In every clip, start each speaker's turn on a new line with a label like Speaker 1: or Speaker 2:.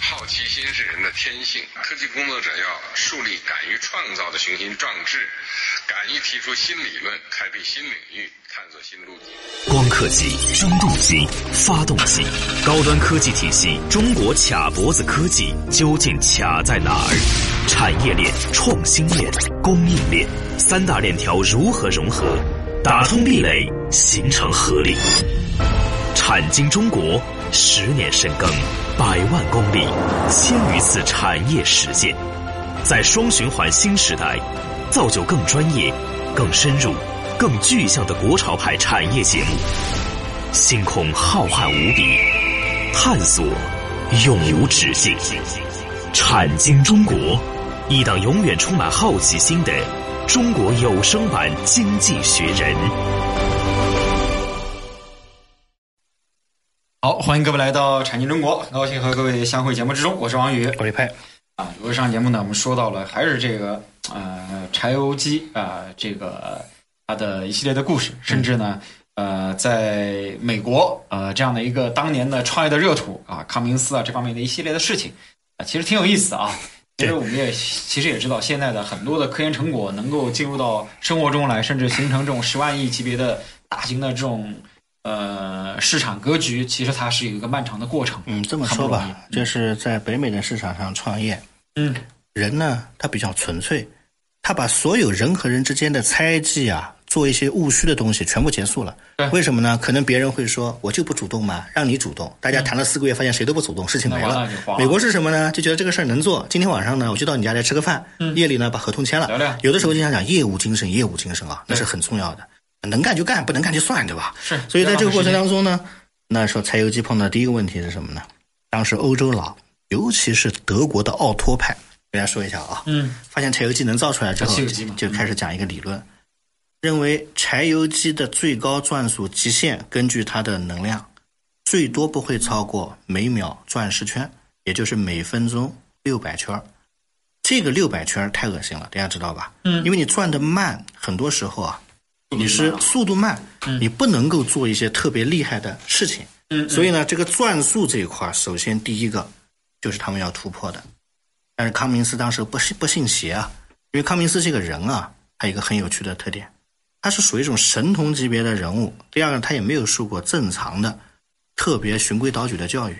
Speaker 1: 好奇心是人的天性，科技工作者要树立敢于创造的雄心壮志，敢于提出新理论，开辟新领域，探索新路径。
Speaker 2: 光刻机、声动机、发动机，高端科技体系，中国卡脖子科技究竟卡在哪儿？产业链、创新链、供应链三大链条如何融合，打通壁垒，形成合力？产经中国十年深耕，百万公里，千余次产业实践，在双循环新时代，造就更专业、更深入、更具象的国潮派产业节目。星空浩瀚无比，探索永无止境。产经中国，一档永远充满好奇心的中国有声版《经济学人》。
Speaker 3: 好，欢迎各位来到《产经中国》，很高兴和各位相会节目之中，我是王宇
Speaker 4: 我李派，
Speaker 3: 啊。如果上节目呢，我们说到了还是这个呃柴油机啊、这个它的一系列的故事，甚至呢呃在美国呃这样的一个当年的创业的热土啊，康明斯啊这方面的一系列的事情啊，其实挺有意思的啊。其实我们也其实也知道，现在的很多的科研成果能够进入到生活中来，甚至形成这种十万亿级别的大型的这种呃市场格局，其实它是有一个漫长的过程。
Speaker 4: 嗯，这么
Speaker 3: 很不
Speaker 4: 说
Speaker 3: 容易
Speaker 4: 吧，就是在北美的市场上创业，
Speaker 3: 嗯，
Speaker 4: 人呢他比较纯粹，他把所有人和人之间的猜忌啊，做一些务虚的东西全部结束了
Speaker 3: 对。
Speaker 4: 为什么呢？可能别人会说，我就不主动嘛，让你主动。大家谈了四个月，发现谁都不主动，事情
Speaker 3: 嗯那
Speaker 4: 没
Speaker 3: 完
Speaker 4: 了
Speaker 3: 了就黄。了
Speaker 4: 美国是什么呢？就觉得这个事儿能做，今天晚上呢，我就到你家来吃个饭，夜里呢把合同签了。
Speaker 3: 嗯聊聊
Speaker 4: 有的时候就想讲业务精神，业务精神啊，那是很重要的。能干就干，不能干就算，对吧？
Speaker 3: 是
Speaker 4: 所以在这个过程
Speaker 3: 别浪费时间
Speaker 4: 当中呢，那时候柴油机碰到的第一个问题是什么呢？当时欧洲佬，尤其是德国的奥托派，给大家说一下啊，
Speaker 3: 嗯，
Speaker 4: 发现柴油机能造出来之后
Speaker 3: 汽油机嘛，
Speaker 4: 就开始讲一个理论，认为柴油机的最高转速极限根据它的能量，最多不会超过每秒转十圈，也就是每分钟六百圈儿。这个六百圈儿太恶心了，大家知道吧？嗯，因为你转的慢，很多时候啊，你是速度慢，你不能够做一些特别厉害的事情。嗯，所以呢，这个转速这一块儿，首先第一个就是他们要突破的。但是康明斯当时不信不信邪啊，因为康明斯这个人啊，他有一个很有趣的特点，他是属于一种神童级别的人物。第二个，他也没有受过正常的、特别循规蹈矩的教育，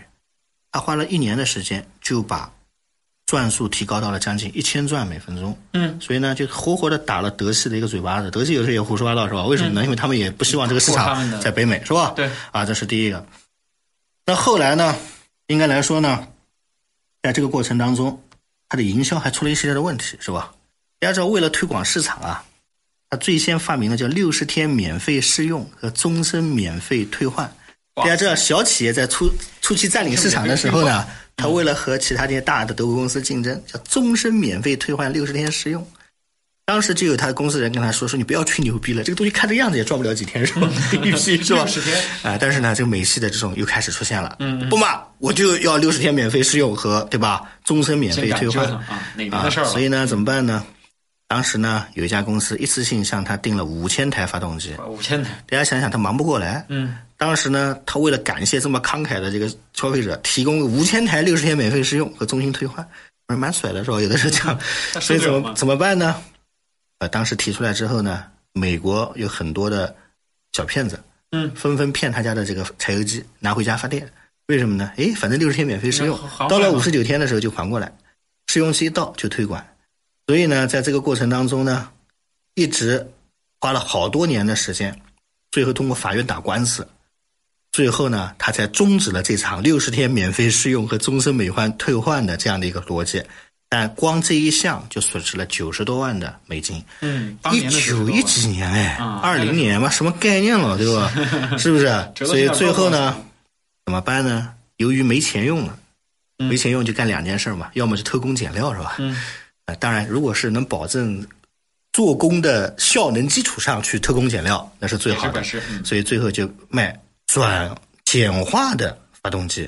Speaker 4: 他花了一年的时间就把转速提高到了将近一千转每分钟。嗯，所以呢，就活活的打了德系的一个嘴巴子。德系有时候也胡说八道是吧？为什么呢？因为他们也不希望这个市
Speaker 3: 嗯过他们的
Speaker 4: 场在北美是吧？
Speaker 3: 对，
Speaker 4: 啊，这是第一个。那后来呢？应该来说呢，在这个过程当中，它的营销还出了一系列的问题，是吧？大家知道，为了推广市场啊，他最先发明了叫六十天免费试用和终身免费退换。大家知道，小企业在初初期占领市场的时候呢，他为了和其他这些大的德国公司竞争，叫终身免费退换六十天试用。当时就有他的公司人跟他说：“说你不要吹牛逼了，这个东西看这样子也赚不了几天，是吧？ 一批是吧？
Speaker 3: 60天
Speaker 4: 啊，但是呢，这个美系的这种又开始出现了。嗯，不嘛，我就要六十天免费试用和对吧，终身免
Speaker 3: 先
Speaker 4: 费
Speaker 3: 敢
Speaker 4: 退
Speaker 3: 折
Speaker 4: 换
Speaker 3: 腾啊，哪年的事儿了？
Speaker 4: 所以呢，怎么办呢？当时呢，有一家公司一次性向他订了五千台发动机，
Speaker 3: 五千台，
Speaker 4: 大家想想，他忙不过来。嗯，当时呢，他为了感谢这么慷慨的这个消费者，提供五千台六十天免费试用和中心退换，我说蛮甩的是吧？有的时候这样，所以怎
Speaker 3: 受得了吗
Speaker 4: 么怎么办呢？呃，当时提出来之后呢，美国有很多的小骗子，嗯，纷纷骗他家的这个柴油机拿回家发电。为什么呢？诶，反正六十天免费试用
Speaker 3: 那还，
Speaker 4: 到了
Speaker 3: 还
Speaker 4: 五十九天的时候就还过来，试用期一到就退款。所以呢，在这个过程当中呢，一直花了好多年的时间，最后通过法院打官司，最后呢，他才终止了这场六十天免费试用和终身美换退换的这样的一个逻辑。但光这一项就损失了九十多万的美金。
Speaker 3: 嗯，当
Speaker 4: 一
Speaker 3: 年的时候
Speaker 4: 九
Speaker 3: 啊
Speaker 4: 一几年哎
Speaker 3: 啊，
Speaker 4: 二零年嘛，什么概念 了，对吧？是不是？
Speaker 3: 折腾
Speaker 4: 所以
Speaker 3: 点
Speaker 4: 最后
Speaker 3: 高
Speaker 4: 呢
Speaker 3: 高，
Speaker 4: 怎么办呢？由于没钱用了，
Speaker 3: 嗯
Speaker 4: 没钱用就干两件事嘛，要么就偷工减料是吧？嗯，当然，如果是能保证做工的效能基础上去偷工减料，那是最好的
Speaker 3: 也。是本事嗯
Speaker 4: 所以最后就卖转简化的发动机。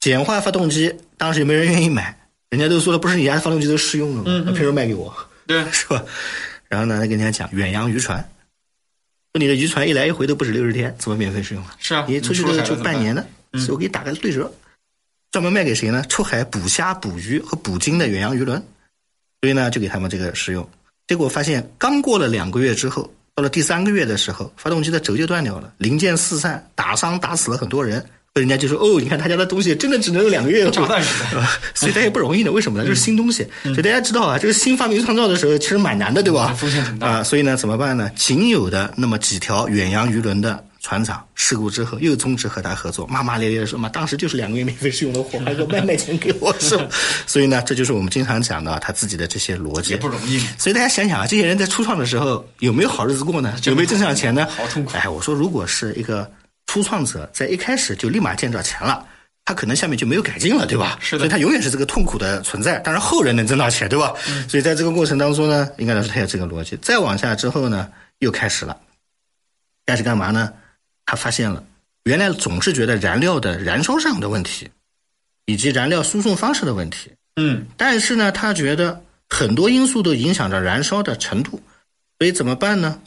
Speaker 4: 简化发动机当时也没人愿意买，人家都说了，不是你家的发动机都试用了
Speaker 3: 嗯
Speaker 4: 吗？那凭什么卖给我？
Speaker 3: 对，
Speaker 4: 是吧？然后呢，他跟人家讲远洋渔船，说你的渔船一来一回都不止六十天，怎么免费使用啊？
Speaker 3: 是啊
Speaker 4: 你出去
Speaker 3: 你出了海
Speaker 4: 就
Speaker 3: 了
Speaker 4: 就
Speaker 3: 怎么
Speaker 4: 半
Speaker 3: 办嗯
Speaker 4: 年的，所以我给你打个对折。专门卖给谁呢？出海捕虾、捕鱼和捕鲸的远洋渔轮，所以呢就给他们这个使用。结果发现，刚过了两个月之后，到了第三个月的时候，发动机的轴就断掉了，零件四散，打伤打死了很多人。人家就说：“哦，你看他家的东西真的只能有两个月
Speaker 3: 炸弹时代
Speaker 4: 所以它也不容易的。为什么呢？就是新东西。所以大家知道啊，这个新发明创造的时候其实蛮难的，对吧？
Speaker 3: 嗯风险挺大
Speaker 4: 啊、所以呢，怎么办呢？仅有的那么几条远洋渔轮的船厂事故之后，又终止和他合作，骂骂咧咧的说嘛，当时就是两个月免费试用的货，还说卖卖钱给我是吧？所以呢，这就是我们经常讲的他自己的这些逻辑
Speaker 3: 也不容易。
Speaker 4: 所以大家想想啊，这些人在初创的时候有没有好日子过 呢？有没有挣上钱呢？
Speaker 3: 好痛苦
Speaker 4: 哎，我说如果是一个初创者，在一开始就立马见着钱了。他可能下面就没有改进了，对吧？
Speaker 3: 是的
Speaker 4: 所以他永远是这个痛苦的存在。当然后人能挣到钱，对吧？
Speaker 3: 嗯
Speaker 4: 所以在这个过程当中呢，应该来说他有这个逻辑。再往下之后呢，又开始了，开始干嘛呢？他发现了，原来总是觉得燃料的燃烧上的问题，以及燃料输送方式的问题，
Speaker 3: 嗯，
Speaker 4: 但是呢，他觉得很多因素都影响着燃烧的程度，所以怎么办呢？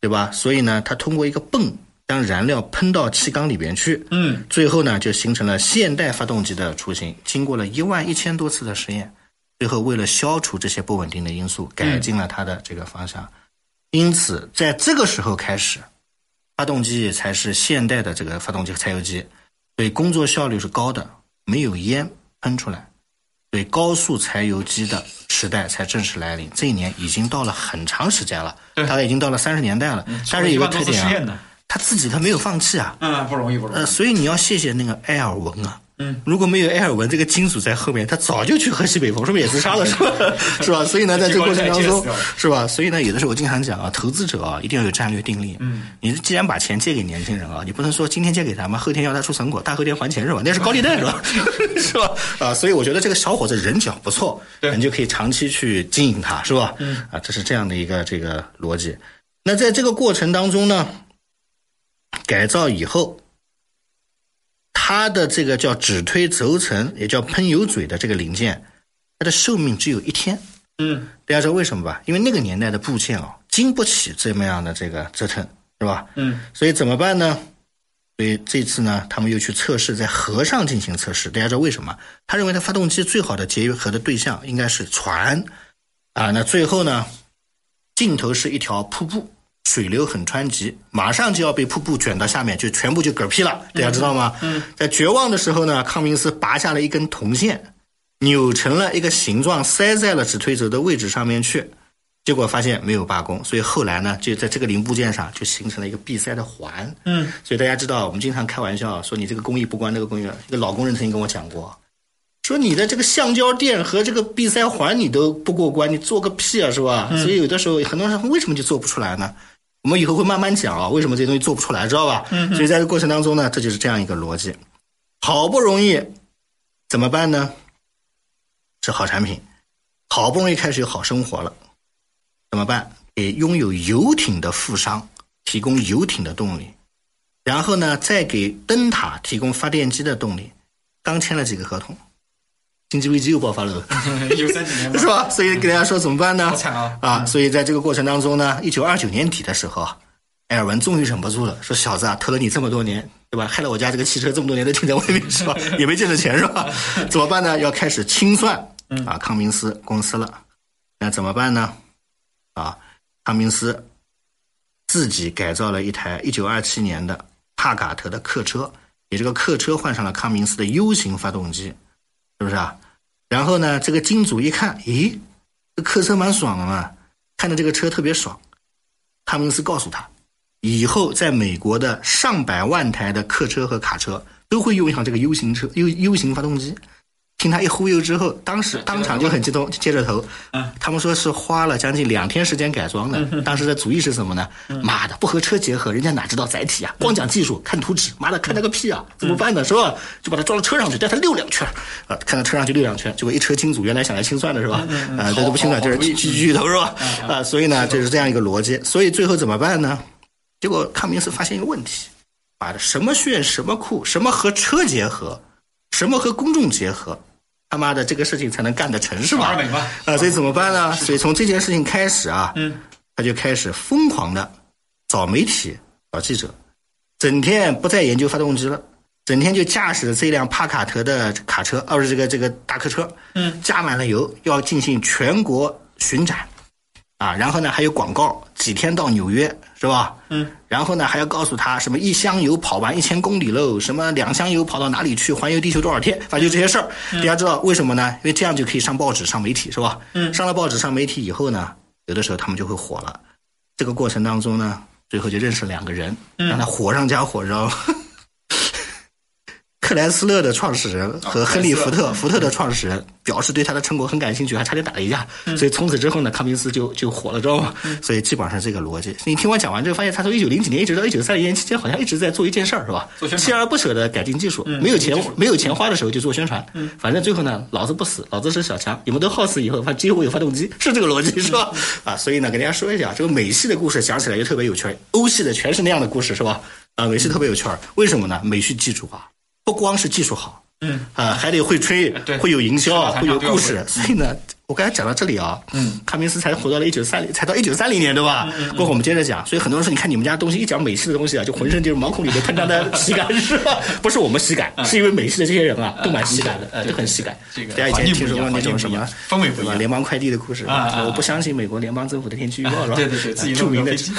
Speaker 4: 对吧？所以呢，他通过一个泵将燃料喷到气缸里边去，
Speaker 3: 嗯，
Speaker 4: 最后呢就形成了现代发动机的雏形。经过了一万一千多次的实验，最后为了消除这些不稳定的因素，改进了它的这个方向。因此，在这个时候开始，发动机才是现代的这个发动机和柴油机，所以工作效率是高的，没有烟喷出来。对高速柴油机的时代才正式来临。这一年已经到了很长时间了，大概已经到了三十年代了。但是有个
Speaker 3: 做了一万
Speaker 4: 特点
Speaker 3: 多次实验呢
Speaker 4: 啊，他自己他没有放弃啊。
Speaker 3: 嗯，不容易，不容
Speaker 4: 呃，
Speaker 3: 易。
Speaker 4: 所以你要谢谢那个埃尔文啊。嗯，如果没有埃尔文这个金主在后面，他早就去喝西北风，说明也自杀了，是吧？是吧？所以呢，在这个过程当
Speaker 3: 结果
Speaker 4: 中
Speaker 3: 是他借死掉，
Speaker 4: 是吧？所以呢，有的时候我经常讲啊，投资者啊，一定要有战略定力。嗯，你既然把钱借给年轻人啊，你不能说今天借给他们，后天要他出成果，大后天还钱是吧？那是高利贷是吧？ 是吧？啊，所以我觉得这个小伙子人脚不错，
Speaker 3: 对
Speaker 4: 你就可以长期去经营他，是吧？嗯，啊，这是这样的一个这个逻辑。那在这个过程当中呢，改造以后，它的这个叫指推轴承，也叫喷油嘴的这个零件，它的寿命只有一天。
Speaker 3: 嗯，
Speaker 4: 大家知道为什么吧？因为那个年代的部件啊，经不起这么样的这个折腾，是吧？
Speaker 3: 嗯，
Speaker 4: 所以怎么办呢？所以这次呢，他们又去测试，在河上进行测试。大家知道为什么？他认为他发动机最好的节约河的对象应该是船啊。那最后呢，尽头是一条瀑布，水流很湍急，马上就要被瀑布卷到下面，就全部就嗝屁了。大家知道吗？嗯，在绝望的时候呢，康明斯拔下了一根铜线，扭成了一个形状，塞在了指推轴的位置上面去。结果发现没有罢工，所以后来呢，就在这个零部件上就形成了一个闭塞的环。嗯，所以大家知道，我们经常开玩笑说你这个工艺不关那个工艺，一个老工人曾经跟我讲过，说你的这个橡胶垫和这个闭塞环你都不过关，你做个屁啊，是吧？所以有的时候很多人说为什么就做不出来呢？我们以后会慢慢讲啊，为什么这些东西做不出来，知道吧？嗯、所以在这个过程当中呢，这就是这样一个逻辑。好不容易怎么办呢？是好产品，好不容易开始有好生活了，怎么办？给拥有游艇的富商提供游艇的动力，然后呢，再给灯塔提供发电机的动力。刚签了几个合同，经济危机又爆发了。
Speaker 3: 一九三几年吧
Speaker 4: 是吧？所以给大家说怎么办呢？
Speaker 3: 好惨啊
Speaker 4: 所以在这个过程当中呢，一九二九年底的时候啊，埃尔文终于忍不住了，说：“小子啊，投了你这么多年，对吧？害了我家这个汽车这么多年都停在外 面，是吧？也没挣着钱，是吧？怎么办呢？要开始清算
Speaker 3: 嗯
Speaker 4: 啊，康明斯公司了。那怎么办呢？啊，康明斯自己改造了一台一九二七年的帕卡特的客车，给这个客车换上了康明斯的 U 型发动机，是不是啊？然后呢，这个金主一看，咦，这客车蛮爽的嘛，看着这个车特别爽。康明斯告诉他，以后在美国的上百万台的客车和卡车都会用上这个 U 型车 U U 型发动机。听他一忽悠之后，当时当场就很激动，接着头。他们说是花了将近两天时间改装的。当时的主意是什么呢？妈的，不和车结合，人家哪知道载体啊？光讲技术，看图纸，妈的看他个屁啊！怎么办呢？是吧？就把它装到车上去，带它溜两圈，啊，看到车上去溜两圈，结果一车金主原来想来清算的是吧？啊，这都不清算，就是
Speaker 3: 好好嗯
Speaker 4: 巨巨巨头是吧？啊，所以呢，就是这样一个逻辑。所以最后怎么办呢？结果康明斯发现一个问题：妈的，什么炫，什么酷，什么和车结合，什么和公众结合，他妈的这个事情才能干得成是吧？
Speaker 3: 玩美吧
Speaker 4: 啊，所以怎么办呢？所以从这件事情开始啊，嗯，他就开始疯狂的找媒体、找记者，整天不再研究发动机了，整天就驾驶着这辆帕卡特的卡车，哦，不是这个这个大客车，嗯，加满了油，要进行全国巡展，啊，然后呢还有广告，几天到纽约是吧？嗯，然后呢还要告诉他什么一箱油跑完一千公里喽，什么两箱油跑到哪里去，环游地球多少天，反正就这些事儿。大家知道为什么呢？因为这样就可以上报纸、上媒体是吧？嗯，上了报纸、上媒体以后呢，有的时候他们就会火了。这个过程当中呢，最后就认识了两个人，让他火上加火，知道吗？克莱斯勒的创始人和亨利·福特，福特的创始人表示对他的成果很感兴趣，还差点打了一架。所以从此之后呢，康明斯就就火了，知道吗？所以基本上是这个逻辑。你听我讲完之后，发现他从一九零几年一直到一九三零年期间，好像一直在做一件事儿，是吧？锲而不舍的改进技术，嗯没有钱没有钱花的时候就做宣传，反正最后呢，老子不死，老子是小强，你们都耗死以后，反正只有我有发动机，是这个逻辑，是吧？ 啊，所以呢，跟大家说一下，这个美系的故事讲起来就特别有趣儿，欧系的全是那样的故事，是吧？啊，美系特别有趣儿，为什么呢？美系记住啊。不光是技术好，嗯啊，还得会吹
Speaker 3: 哎对，
Speaker 4: 会有营销啊，
Speaker 3: 市场
Speaker 4: 会有故
Speaker 3: 调嗯
Speaker 4: 事。所以呢，我刚才讲到这里啊，嗯，康明斯才活到了一九三零，才到一九三零年，对吧？
Speaker 3: 嗯
Speaker 4: 过后我们接着讲。所以很多人说，你看你们家东西一讲美系的东西啊，就浑身就是毛孔里面喷张的 喜感，是吧？不是我们喜感，
Speaker 3: 嗯
Speaker 4: 是因为美系的这些人啊，都蛮喜感的，呃，都很喜感。
Speaker 3: 这个
Speaker 4: 大家以前听说过那种什么
Speaker 3: 环境不一样环境不一样风味不一样
Speaker 4: 对吧联邦快递的故事
Speaker 3: 啊啊啊
Speaker 4: 我不相信美国联邦政府的天气预报，是吧？
Speaker 3: 对对对，自己
Speaker 4: 著
Speaker 3: 弄
Speaker 4: 名
Speaker 3: 个
Speaker 4: 的
Speaker 3: 飞 机。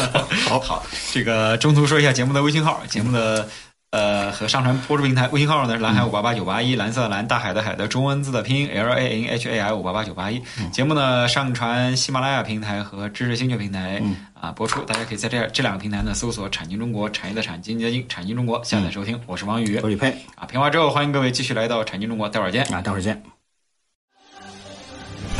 Speaker 3: 好好，这个中途说一下节目的微信号，节目的呃和上传播出平台微信号呢是蓝海五八八九八一，蓝色的蓝大海的海的中文字的拼音 L A N H A I 五八八九八一。节目呢上传喜马拉雅平台和知识星球平台啊播出，大家可以在这这两个平台呢搜索“产经中国”，产业的产，经济的经，产经中国下载收听。我是王宇
Speaker 4: 我是李佩
Speaker 3: 啊，评完之后欢迎各位继续来到产经中国，待会儿见。
Speaker 4: 啊，待会儿见。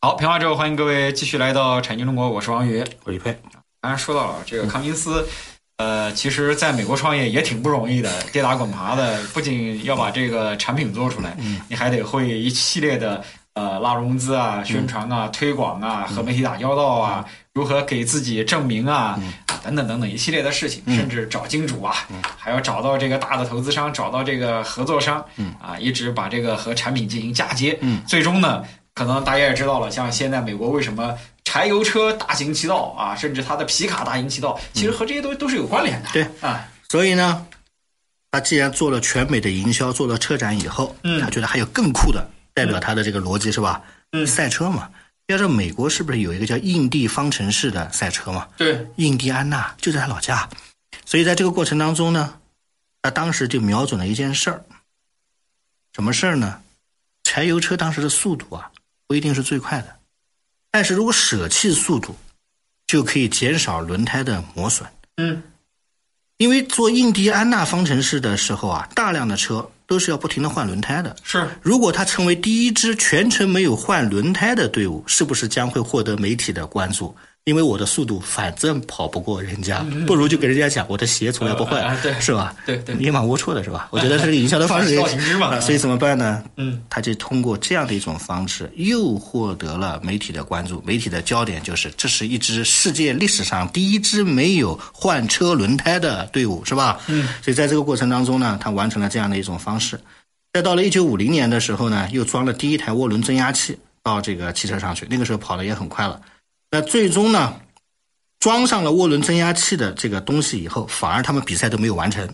Speaker 3: 好，评完之后欢迎各位继续来到产经中国，我是王宇。
Speaker 4: 我是李佩，
Speaker 3: 刚才说到了啊这个康明斯，呃，其实在美国创业也挺不容易的，跌打滚爬的，不仅要把这个产品做出来，你还得会一系列的呃拉融资啊、宣传啊、推广啊、和媒体打交道啊，如何给自己证明啊。等等等等一系列的事情，甚至找金主啊， 还要找到这个大的投资商，找到这个合作商，啊，一直把这个和产品进行嫁接，最终呢，可能大家也知道了，像现在美国为什么柴油车大行其道啊，甚至它的皮卡大行其道，其实和这些东西都是有关联的。
Speaker 4: 对
Speaker 3: 啊，
Speaker 4: 所以呢，他既然做了全美的营销，做了车展以后，
Speaker 3: 嗯
Speaker 4: 他觉得还有更酷的，代表他的这个逻辑是吧？
Speaker 3: 嗯
Speaker 4: 赛车嘛，要知道美国是不是有一个叫印第方程式的赛车嘛？
Speaker 3: 对，
Speaker 4: 印第安纳就在他老家，所以在这个过程当中呢，他当时就瞄准了一件事儿，什么事儿呢？柴油车当时的速度啊，不一定是最快的，但是如果舍弃速度，就可以减少轮胎的磨损。
Speaker 3: 嗯，
Speaker 4: 因为做印第安纳方程式的时候啊，大量的车都是要不停的换轮胎的。
Speaker 3: 是
Speaker 4: 如果他成为第一支全程没有换轮胎的队伍，是不是将会获得媒体的关注？因为我的速度反正跑不过人家，不如就给人家讲我的鞋从来不坏，
Speaker 3: 嗯呃啊对
Speaker 4: 是吧？
Speaker 3: 对对
Speaker 4: 也蛮龌龊的是吧？我觉得这个营销的方式也
Speaker 3: 道行之嘛
Speaker 4: 啊所以怎么办呢？
Speaker 3: 嗯，
Speaker 4: 他就通过这样的一种方式，又获得了媒体的关注。媒体的焦点就是，这是一支世界历史上第一支没有换车轮胎的队伍，是吧？嗯，所以在这个过程当中呢，他完成了这样的一种方式。再到了一九五零年的时候呢，又装了第一台涡轮增压器到这个汽车上去，那个时候跑的也很快了。那最终呢，装上了涡轮增压器的这个东西以后，反而他们比赛都没有完成，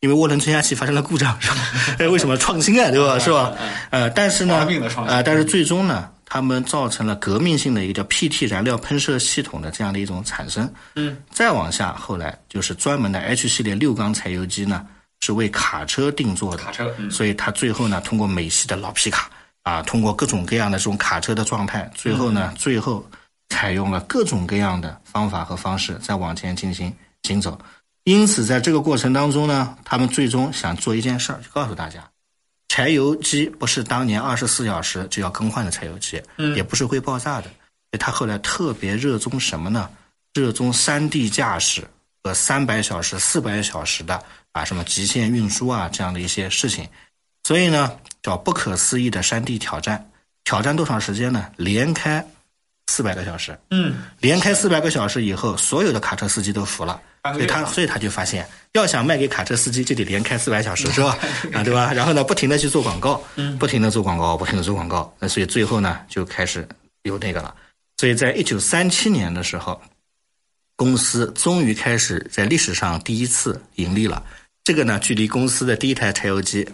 Speaker 4: 因为涡轮增压器发生了故障，是吧？ 哎，为什么创新啊，对吧？是吧？呃，但是
Speaker 3: 嗯发
Speaker 4: 呢
Speaker 3: 明了创，新
Speaker 4: 呃，但是最终呢，他们造成了革命性的一个叫 PT 燃料喷射系统的这样的一种产生。嗯，再往下，后来就是专门的 H 系列六缸柴油机呢，是为卡车定做的。
Speaker 3: 卡车嗯
Speaker 4: 所以它最后呢，通过美系的老皮卡啊，通过各种各样的这种卡车的状态，最后
Speaker 3: 嗯
Speaker 4: 呢，最后采用了各种各样的方法和方式，再往前进行行走。因此，在这个过程当中呢，他们最终想做一件事儿，就告诉大家，柴油机不是当年二十四小时就要更换的柴油机，
Speaker 3: 嗯
Speaker 4: 也不是会爆炸的。所以他后来特别热衷什么呢？热衷山地驾驶个三百小时、四百小时的啊，什么极限运输啊这样的一些事情。所以呢，叫不可思议的山地挑战，挑战多长时间呢？连开四百个小时，
Speaker 3: 嗯，
Speaker 4: 连开四百个小时以后，所有的卡车司机都服了。
Speaker 3: 半个
Speaker 4: 所
Speaker 3: 月
Speaker 4: 以他，
Speaker 3: 吧
Speaker 4: 所以他就发现，要想卖给卡车司机，就得连开四百小时，是吧？啊，对吧？然后呢，不停的去做广告，不停的做广告，不停的做广告。那所以最后呢，就开始有那个了。所以在一九三七年的时候，公司终于开始在历史上第一次盈利了。这个呢，距离公司的第一台柴油机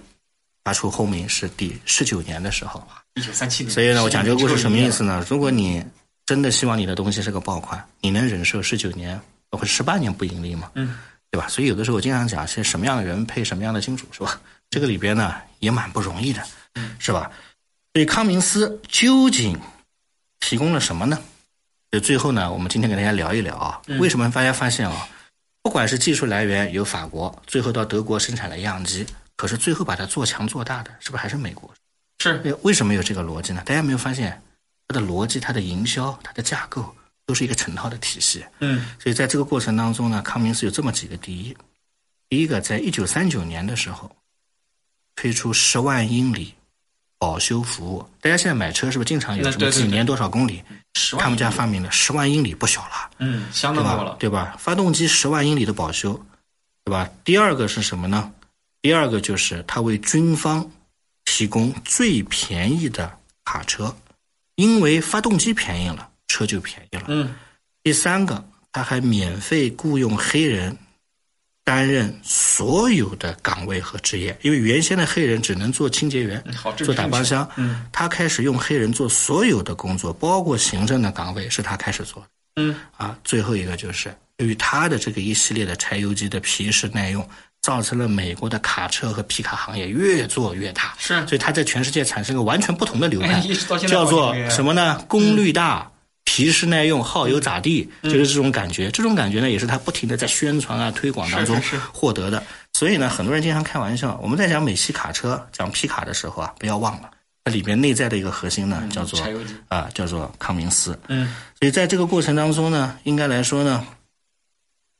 Speaker 4: 发出轰鸣是第十九年的时候。
Speaker 3: 一九三七年。
Speaker 4: 所以呢，我讲这个故事什么意思
Speaker 3: 呢？
Speaker 4: 呢？如果你真的希望你的东西是个爆款，你能忍受十九年或者十八年不盈利吗？
Speaker 3: 嗯，
Speaker 4: 对吧？所以有的时候我经常讲，是什么样的人配什么样的金主，是吧？这个里边呢也蛮不容易的，是吧？所以康明斯究竟提供了什么呢？就最后呢，我们今天给大家聊一聊啊，为什么大家发现啊，不管是技术来源有法国，最后到德国生产了样机，可是最后把它做强做大的，是不是还是美国？
Speaker 3: 是
Speaker 4: 对，哎为什么有这个逻辑呢？大家有没有发现，它的逻辑、它的营销、它的架构都是一个成套的体系。
Speaker 3: 嗯，
Speaker 4: 所以在这个过程当中呢，康明斯有这么几个第一：第一个，在一九三九年的时候，推出十万英里保修服务。大家现在买车是不是经常有
Speaker 3: 那
Speaker 4: 什
Speaker 3: 对
Speaker 4: 么
Speaker 3: 对
Speaker 4: 几
Speaker 3: 对
Speaker 4: 年多少公里？
Speaker 3: 十万
Speaker 4: 他们家发明了十万英里，不小了。
Speaker 3: 嗯，相
Speaker 4: 对
Speaker 3: 当
Speaker 4: 吧？
Speaker 3: 多了。
Speaker 4: 对吧？发动机十万英里的保修，对吧？第二个是什么呢？第二个就是它为军方提供最便宜的卡车，因为发动机便宜了，车就便宜了。
Speaker 3: 嗯，
Speaker 4: 第三个，它还免费雇佣黑人担任所有的岗位和职业，因为原先的黑人只能做清洁员
Speaker 3: 嗯好，这
Speaker 4: 做
Speaker 3: 是
Speaker 4: 打
Speaker 3: 正
Speaker 4: 包
Speaker 3: 确
Speaker 4: 箱。
Speaker 3: 嗯，
Speaker 4: 他开始用黑人做所有的工作，包括行政的岗位是他开始做的。
Speaker 3: 嗯，
Speaker 4: 啊，最后一个就是由于他的这个一系列的柴油机的皮实耐用，造成了美国的卡车和皮卡行业越做越大。
Speaker 3: 是
Speaker 4: 所以它在全世界产生了完全不同的流派
Speaker 3: 哎一直到，现在
Speaker 4: 叫
Speaker 3: 好
Speaker 4: 做
Speaker 3: 像也
Speaker 4: 什么呢？功率大。皮实耐用，耗油咋地，
Speaker 3: 嗯
Speaker 4: 就是这种感觉。这种感觉呢，也是他不停的在宣传啊、推广当中
Speaker 3: 是是是
Speaker 4: 获得的。所以呢，很多人经常开玩笑，我们在讲美系卡车、讲皮卡的时候啊，不要忘了它里面内在的一个核心呢，叫做
Speaker 3: 嗯柴油机
Speaker 4: 啊、叫做康明斯。
Speaker 3: 嗯，
Speaker 4: 所以在这个过程当中呢，应该来说呢，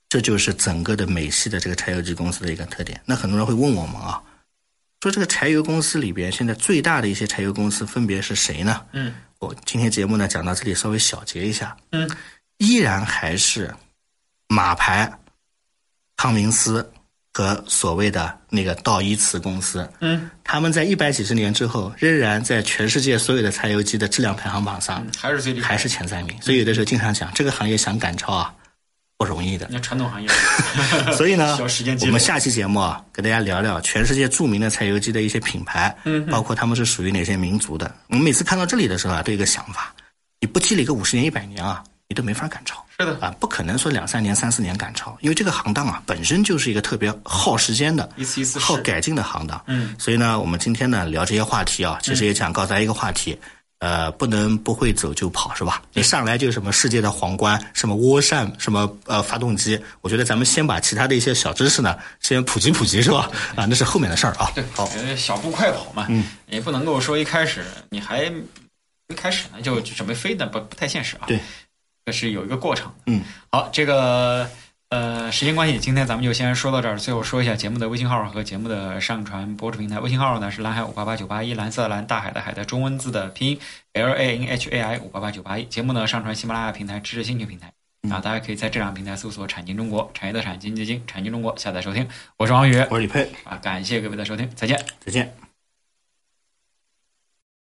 Speaker 4: 这就是整个的美系的这个柴油机公司的一个特点。那很多人会问我们啊，说这个柴油公司里边现在最大的一些柴油公司分别是谁呢？
Speaker 3: 嗯，
Speaker 4: 我今天节目呢讲到这里，稍微小结一下。
Speaker 3: 嗯，
Speaker 4: 依然还是马牌、康明斯和所谓的那个道伊茨公司。
Speaker 3: 嗯，
Speaker 4: 他们在一百几十年之后，仍然在全世界所有的柴油机的质量排行榜上
Speaker 3: 还是最厉害，
Speaker 4: 还是前三名。所以有的时候经常讲，这个行业想赶超啊，不容易的
Speaker 3: 你。看传统行业。
Speaker 4: 所以呢
Speaker 3: 需要时间，积
Speaker 4: 我
Speaker 3: 累
Speaker 4: 们下期节目啊，跟大家聊聊全世界著名的柴油机的一些品牌，嗯，包括他们是属于哪些民族的。我们每次看到这里的时候啊，都有一个想法：你不积累个五十年、一百年啊，你都没法赶超。
Speaker 3: 是的
Speaker 4: 啊，不可能说两三年、三四年赶超，因为这个行当啊，本身就是一个特别耗时间的，
Speaker 3: 一次一次
Speaker 4: 耗
Speaker 3: 试
Speaker 4: 改进的行当。
Speaker 3: 嗯，
Speaker 4: 所以呢，我们今天呢聊这些话题啊，其实也想告诉大家一个话题。呃，不能不会走就跑是吧？你上来就什么世界的皇冠，什么涡扇，什么呃发动机，我觉得咱们先把其他的一些小知识呢，先普及普及是吧？啊，那是后面的事儿啊。
Speaker 3: 对，
Speaker 4: 好，
Speaker 3: 呃小步快跑嘛，
Speaker 4: 嗯
Speaker 3: 也不能够说一开始你还没开始呢就就准备飞呢，不不太现实啊。
Speaker 4: 对，
Speaker 3: 这是有一个过程。
Speaker 4: 嗯，
Speaker 3: 好，这个呃，时间关系，今天咱们就先说到这儿。最后说一下节目的微信号和节目的上传播出平台。微信号呢是蓝海五八八九八一，蓝色的蓝，大海的海的中文字的拼音 L A N H A I 五八八九八一。节目呢上传喜马拉雅平台、知识星球平台。
Speaker 4: 嗯
Speaker 3: 啊，大家可以在这两个平台搜索“产经中国”，产业的产，经济的经，产经中国下载收听。我是王宇
Speaker 4: 我是李佩，
Speaker 3: 啊，感谢各位的收听，再见。
Speaker 4: 再见。